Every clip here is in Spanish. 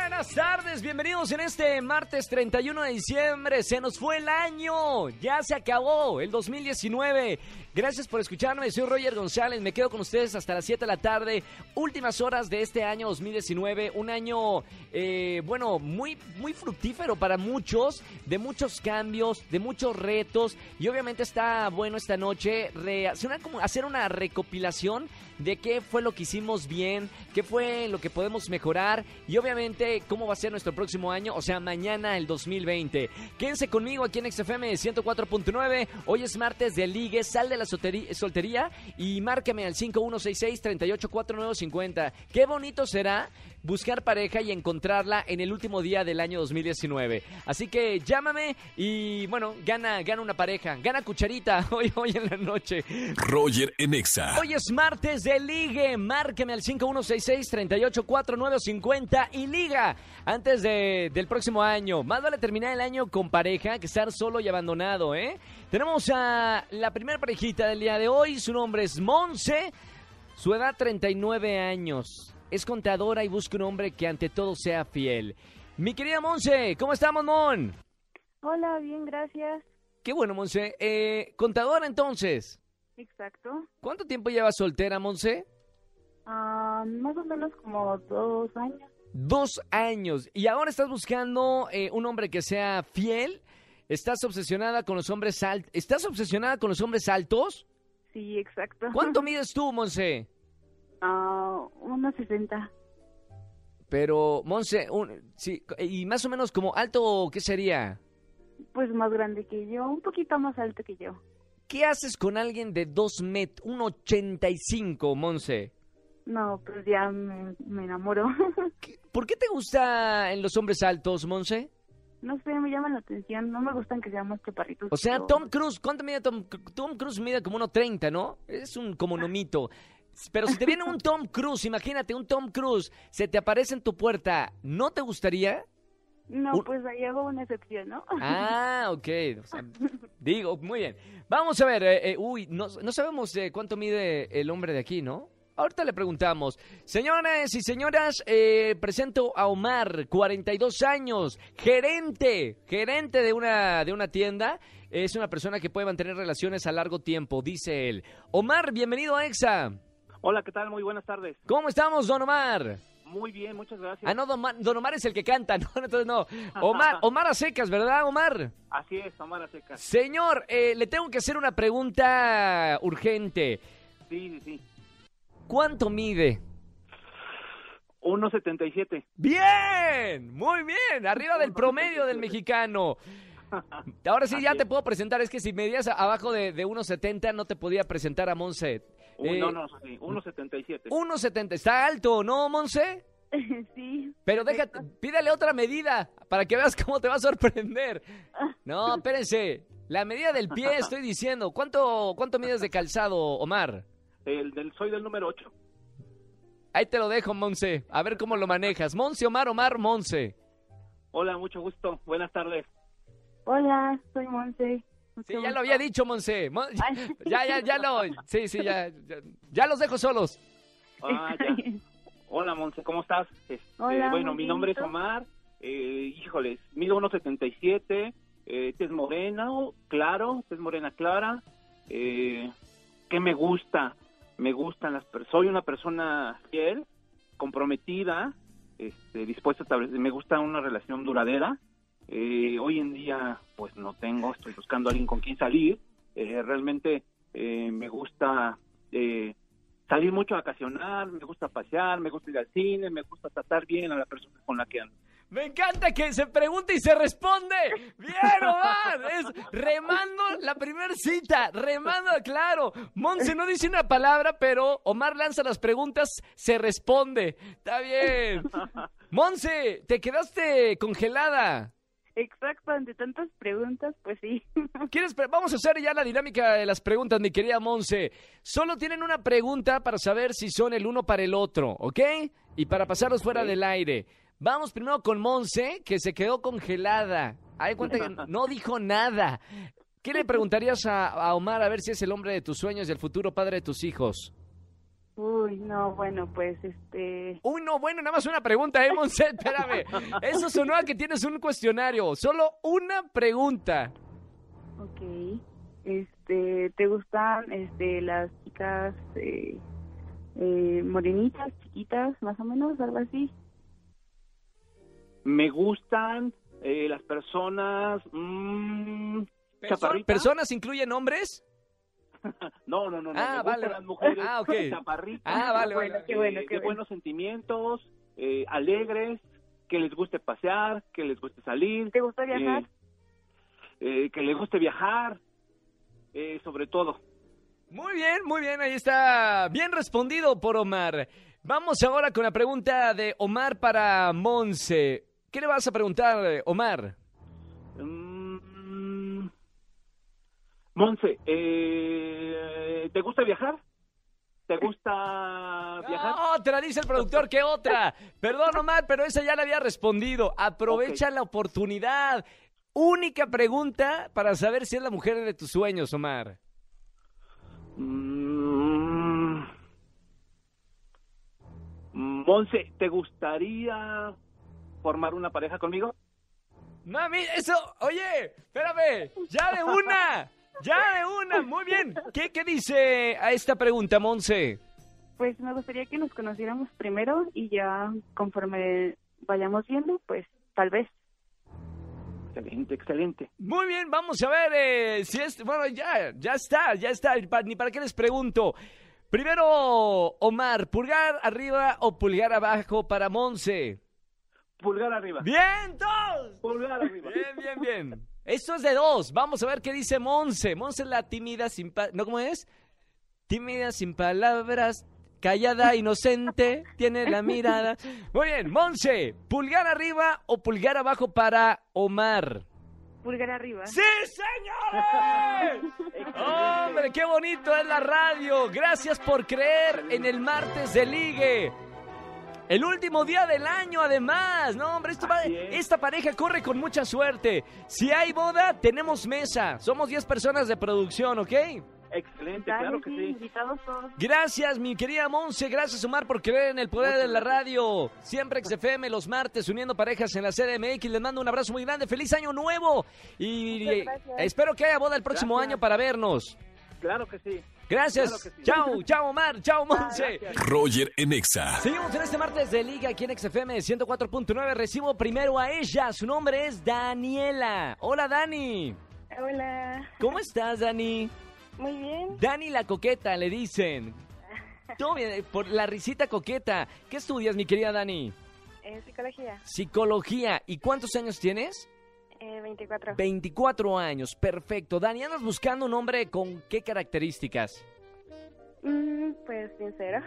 Buenas tardes, bienvenidos en este martes 31 de diciembre. Se nos fue el año, ya se acabó el 2019. Gracias por escucharme, soy Roger González, me quedo con ustedes hasta las 7 de la tarde. Últimas horas de este año 2019, un año, eh, bueno, muy, muy fructífero para muchos, de muchos cambios, de muchos retos. Y obviamente está bueno esta noche re- hacer una, como hacer una recopilación de qué fue lo que hicimos bien, qué fue lo que podemos mejorar y obviamente cómo va a ser nuestro próximo año, o sea, mañana el 2020. Quédense conmigo aquí en XFM 104.9. Hoy es martes de Ligue, sal de la solteri- soltería y márcame al 5166-384950. Qué bonito será buscar pareja y encontrarla en el último día del año 2019. Así que llámame y bueno, gana, gana una pareja, gana cucharita hoy, hoy en la noche. Roger en Exa. Hoy es martes de ligue. Márqueme al 5166-384950 y liga antes de- del próximo año. Más vale terminar el año con pareja que estar solo y abandonado, ¿eh? Tenemos a la primera parejita del día de hoy. Su nombre es Monse. Su edad 39 años. Es contadora y busca un hombre que ante todo sea fiel. Mi querida Monse, ¿cómo estamos, Mon? Hola, bien, gracias. Qué bueno, Monse. Eh, contadora entonces. Exacto. ¿Cuánto tiempo llevas soltera, Monse? Ah, más o menos como dos años. Dos años. Y ahora estás buscando eh, un hombre que sea fiel. Estás obsesionada con los hombres altos. ¿Estás obsesionada con los hombres altos? Sí, exacto. ¿Cuánto mides tú, Monse? Ah, unos 60. Pero, Monse, un- sí, y más o menos como alto, ¿qué sería? Pues más grande que yo, un poquito más alto que yo. ¿Qué haces con alguien de dos metros? Un 85, Monse. No, pues ya me, me enamoro. ¿Qué- ¿Por qué te gusta en los hombres altos, Monse? no sé, me llaman la atención. No me gustan que sean más chaparritos. O sea, pero- Tom Cruise, ¿cuánto mide Tom Cruise? Tom Cruise mide como 1.30, ¿no? Es un como nomito. Pero si te viene un Tom Cruise, imagínate, un Tom Cruise, se te aparece en tu puerta, ¿no te gustaría? No, un- pues ahí hago una excepción, ¿no? Ah, ok. o sea, digo, muy bien. Vamos a ver, eh, eh, uy, no, no sabemos eh, cuánto mide el hombre de aquí, ¿no? Ahorita le preguntamos. Señoras y señoras, eh, presento a Omar, 42 años, gerente, gerente de una, de una tienda. Es una persona que puede mantener relaciones a largo tiempo, dice él. Omar, bienvenido a EXA. Hola, ¿qué tal? Muy buenas tardes. ¿Cómo estamos, don Omar? Muy bien, muchas gracias. Ah, no, don, Ma- don Omar es el que canta, ¿no? Entonces no. Omar, Omar a secas, ¿verdad, Omar? Así es, Omar Secas. Señor, eh, le tengo que hacer una pregunta urgente. Sí, sí, sí. ¿Cuánto mide? 1.77. Bien, muy bien, arriba del promedio del mexicano. Ahora sí, ya te puedo presentar. Es que si medías a- abajo de, de 1,70 no te podía presentar a Monse. Un- Eh, no, no, sí, 1.77. 1,70, está alto, ¿no, Monse? sí. Pero déjate, pídale otra medida para que veas cómo te va a sorprender. No, espérense. La medida del pie, estoy diciendo. ¿Cuánto, cuánto mides de calzado, Omar? El del, soy del número 8. Ahí te lo dejo, Monse. A ver cómo lo manejas. Monse, Omar, Omar, Monse. Hola, mucho gusto. Buenas tardes. Hola, soy Monse. Mucho Sí, ya lo gusto. había dicho, Monse. Mon- Ay. Ya, ya, ya lo. Sí, sí, ya, ya. ya los dejo solos. Ah, ya. Hola, Monse, ¿cómo estás? Este, Hola, bueno, muy mi bien, nombre ¿y es tú? Omar. Eh, híjoles, mido 1.77. Eh, tez morena, o- claro, tez morena clara. Eh, ¿Qué me gusta? Me gustan las personas. Soy una persona fiel, comprometida, este, dispuesta a establecer. Me gusta una relación duradera. Eh, hoy en día, pues no tengo, estoy buscando a alguien con quien salir. Eh, realmente eh, me gusta eh, salir mucho a vacacionar, me gusta pasear, me gusta ir al cine, me gusta tratar bien a la persona con la que ando. Me encanta que se pregunte y se responde. Bien, Omar. Es remando la primera cita. Remando, claro. Monse no dice una palabra, pero Omar lanza las preguntas, se responde. Está bien. Monse, te quedaste congelada. Exacto, ante tantas preguntas, pues sí. ¿Quieres pre- Vamos a hacer ya la dinámica de las preguntas, mi querida Monse. Solo tienen una pregunta para saber si son el uno para el otro, ¿ok? Y para pasarlos fuera del aire. Vamos primero con Monse, que se quedó congelada. Hay cuenta que no dijo nada. ¿Qué le preguntarías a, a Omar a ver si es el hombre de tus sueños y el futuro padre de tus hijos? Uy, no, bueno, pues este... Uy, no, bueno, nada más una pregunta, ¿eh, Monse? Espérame. Eso sonó a que tienes un cuestionario. Solo una pregunta. Ok. Este, ¿te gustan este, las chicas eh, eh, morenitas, chiquitas, más o menos, algo así? Me gustan eh, las personas... mm, chaparritas. ¿Personas incluyen hombres? No, no, no, no. Ah, me gustan vale. las mujeres Ah, ok. chaparritas, Ah, vale, bueno, vale. qué bueno, eh, qué de bueno. buenos sentimientos, eh, alegres, que les guste pasear, que les guste salir, ¿Te gusta viajar? eh, eh, que les guste viajar, eh, sobre todo. Muy bien, muy bien, ahí está. Bien respondido por Omar. Vamos ahora con la pregunta de Omar para Monse. ¿Qué le vas a preguntar, eh, Omar? Mm, Monse, eh, ¿te gusta viajar? ¿Te gusta viajar? Ah, Otra, dice el productor que otra. Perdón, Omar, pero esa ya la había respondido. Aprovecha la oportunidad. Única pregunta para saber si es la mujer de tus sueños, Omar. Mm. Monse, ¿te gustaría formar una pareja conmigo? Mami, eso, oye, espérame, ya de una, ya de una, muy bien. ¿Qué, qué dice a esta pregunta, Monse? Pues me gustaría que nos conociéramos primero y ya conforme vayamos viendo, pues tal vez. Excelente, excelente. Muy bien, vamos a ver eh, si es. Bueno, ya, ya está, ya está. Ni pa- ni para qué les pregunto. Primero, Omar, pulgar arriba o pulgar abajo para Monse. Pulgar arriba. ¡Bien, dos! Pulgar arriba. Bien, bien, bien. Esto es de dos. Vamos a ver qué dice Monse. Monse es la tímida, sin pa- ¿No cómo es? Tímida, sin palabras, callada, inocente, tiene la mirada. Muy bien, Monse, pulgar arriba o pulgar abajo para Omar. Pulgar arriba. ¡Sí, señores! ¡Hombre, qué bonito es la radio! Gracias por creer en el martes de ligue. El último día del año, además. No, hombre, esto va- Así es. esta pareja corre con mucha suerte. Si hay boda, tenemos mesa. Somos 10 personas de producción, ¿ok? Excelente, Dale, claro que sí, sí. este, invitados todos. Gracias, mi querida Monse. Gracias, Omar, por creer en el poder de la radio. Siempre XFM los martes, uniendo parejas en la CDMX. Les mando un abrazo muy grande. ¡Feliz año nuevo! Y eh, Muchas gracias. espero que haya boda el próximo Gracias. año para vernos. Claro que sí. Gracias. Claro que sí. Ah, Chao, chao, Omar. Chao, Monse. Gracias. Roger en Exa. Seguimos en este martes de Liga aquí en XFM 104.9. Recibo primero a ella. Su nombre es Daniela. Hola, Dani. Hola, ¿Cómo estás, Dani? muy bien. Dani la coqueta, le dicen. Todo bien, eh, por la risita coqueta. ¿Qué estudias, mi querida Dani? Eh, psicología, Psicología. ¿Y cuántos años tienes? eh, 24. 24 años. Perfecto. Dani, andas buscando un hombre con qué características? Mm, pues sincero.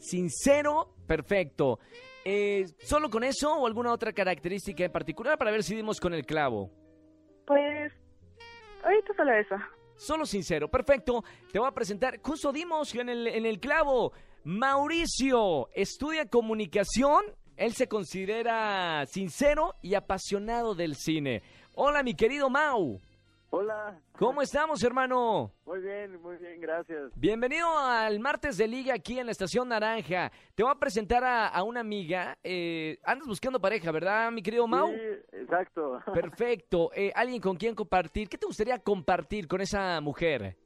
Sincero, perfecto. Eh, ¿Solo con eso o alguna otra característica en particular para ver si dimos con el clavo? Pues ahorita solo eso. Solo sincero, perfecto. Te voy a presentar, justo dimos en el, en el clavo. Mauricio estudia comunicación. Él se considera sincero y apasionado del cine. Hola, mi querido Mau. Hola, ¿Cómo estamos, hermano? muy bien, muy bien, gracias. Bienvenido al martes de liga aquí en la Estación Naranja. Te voy a presentar a, a una amiga. Eh, andas buscando pareja, ¿verdad, mi querido Mau? Sí, exacto. Perfecto. Eh, ¿Alguien con quien compartir? ¿Qué te gustaría compartir con esa mujer?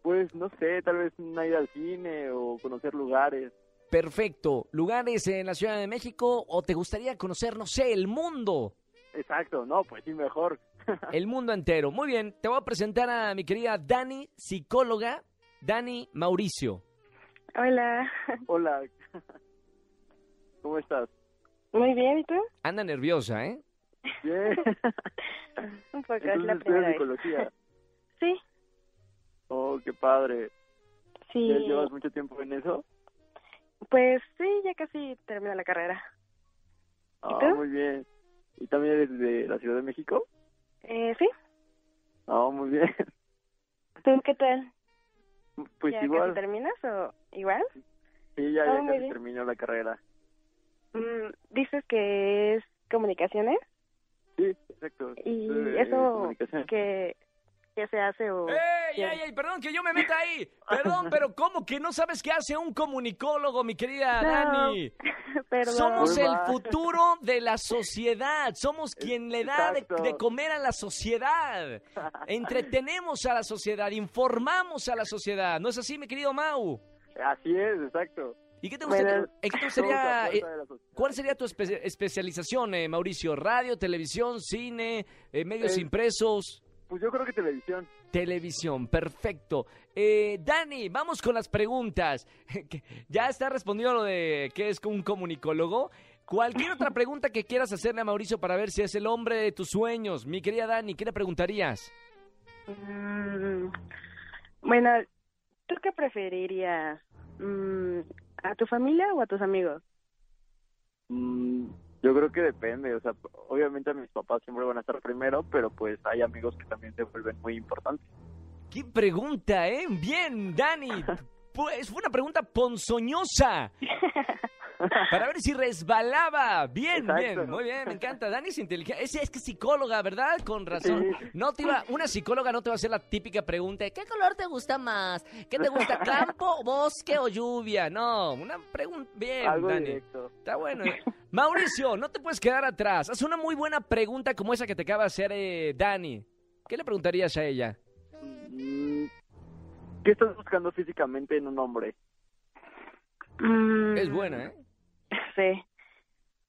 Pues no sé, tal vez una ida al cine o conocer lugares. Perfecto. ¿Lugares en la Ciudad de México o te gustaría conocer, no sé, el mundo? Exacto, no, pues sí, mejor. El mundo entero. Muy bien, te voy a presentar a mi querida Dani, psicóloga. Dani Mauricio. Hola, Hola, ¿cómo estás? muy bien, ¿y tú? Anda nerviosa, ¿eh? Bien. Un poco, es la Entonces primera estudias vez. psicología. Sí, Oh, qué padre. ¿Ya sí. llevas mucho tiempo en eso? Pues sí, ya casi termino la carrera. Ah, tú? muy bien. ¿Y también eres de la Ciudad de México? Eh, sí. No, muy bien. ¿Tú qué tal? Pues ¿Ya igual, casi terminas o igual? sí, ya, Ah, ya muy casi bien. termino la carrera. Mm, dices que es comunicaciones Sí, exacto. y Estudio, eh, eso comunicación. que, que se hace o... ¡Ey, Oh, ya. ey, ey! Perdón que yo me meta ahí. Perdón, pero ¿cómo que no sabes qué hace un comunicólogo, mi querida No, Dani? Perdón. Somos el Uy, va. futuro de la sociedad. Somos quien le da de, Exacto. de comer a la sociedad. Entretenemos a la sociedad, informamos a la sociedad. ¿No es así, mi querido Mau? Así es, exacto. ¿Y qué te gustaría? Bueno, eh, qué te Somos la gustaría, eh, fuerza de la sociedad. ¿Cuál sería tu espe- especialización, eh, Mauricio? ¿Radio, televisión, cine, eh, medios Eh, impresos? Pues yo creo que televisión. Televisión, perfecto. Eh, Dani, vamos con las preguntas. Que ya está respondido lo de qué es un comunicólogo. Cualquier otra pregunta que quieras hacerle a Mauricio para ver si es el hombre de tus sueños. Mi querida Dani, ¿qué le preguntarías? Mm, bueno, ¿tú qué preferirías? Mm, ¿A tu familia o a tus amigos? Mm, yo creo que depende, o sea, obviamente a mis papás siempre van a estar primero, pero pues hay amigos que también se vuelven muy importantes. ¿Qué pregunta, eh? Bien, Dani. Pues fue una pregunta ponzoñosa. Para ver si resbalaba. Bien, Exacto. bien, muy bien, me encanta. Dani es inteligente. Es, es que es psicóloga, ¿verdad? Con razón. No te iba, una psicóloga no te va a hacer la típica pregunta de, ¿qué color te gusta más? ¿Qué te gusta, campo, bosque o lluvia? No, una pregunta. Bien, Algo Dani. directo. Está bueno. eh. Mauricio, no te puedes quedar atrás. Haz una muy buena pregunta como esa que te acaba de hacer eh, Dani. ¿Qué le preguntarías a ella? Mm, ¿Qué estás buscando físicamente en un hombre? Mm, Es buena, ¿eh? Sí.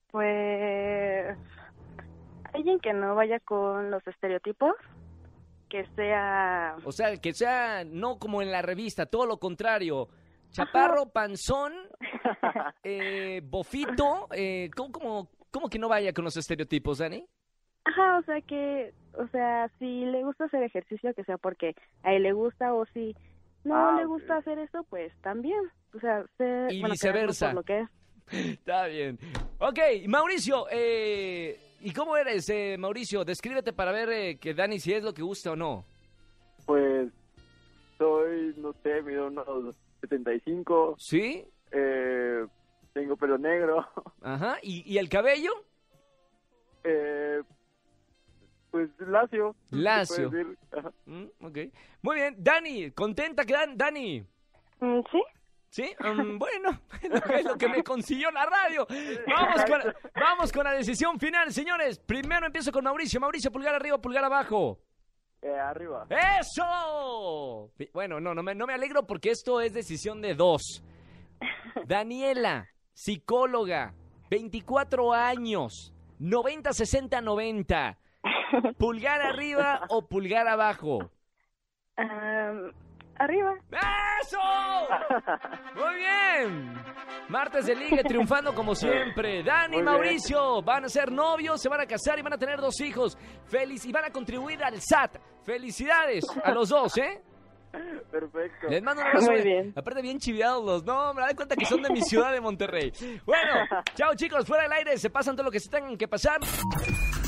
Pues alguien que no vaya con los estereotipos, que sea O sea, que sea no como en la revista, todo lo contrario. Chaparro, panzón, eh, bofito, eh, ¿cómo, cómo, cómo que no vaya con los estereotipos, Dani? Ajá, o sea que, o sea, si le gusta hacer ejercicio, que sea porque a él le gusta, o si no Ah, le ok. gusta hacer eso, pues también. O sea, ser, Y bueno, quererlo viceversa. por lo que es. Está bien. Ok, Mauricio, eh, ¿y cómo eres, eh, Mauricio? Descríbete para ver eh, que Dani si es lo que gusta o no. Pues soy, no sé, mido unos 75, ¿Sí? eh, tengo pelo negro, Ajá. ¿Y, y el cabello? eh, pues lacio. se puede Lacio. decir. Ajá. Mm, ok. Muy bien. Dani, contenta que Dan- Dani. Mm, Sí, Sí, mm, bueno, es lo que me consiguió la radio. Vamos con, vamos con la decisión final, señores. Primero empiezo con Mauricio. Mauricio, pulgar arriba, pulgar abajo. Eh, arriba. ¡Eso! Bueno, no, no me, no me alegro porque esto es decisión de dos. Daniela, psicóloga, 24 años, 90, 60, 90. ¿Pulgar arriba o pulgar abajo? Am, arriba. ¡Eso! Muy bien. Martes de Ligue triunfando como siempre. Dani y Muy bien. Mauricio van a ser novios, se van a casar y van a tener dos hijos. Feliz y van a contribuir al SAT. Felicidades a los dos, ¿eh? Perfecto. Les mando un abrazo. Muy eh. bien. Aparte bien chiviados los nombres, da cuenta que son de mi ciudad de Monterrey. Bueno, chao chicos, fuera del aire, se pasan todo lo que se tengan que pasar.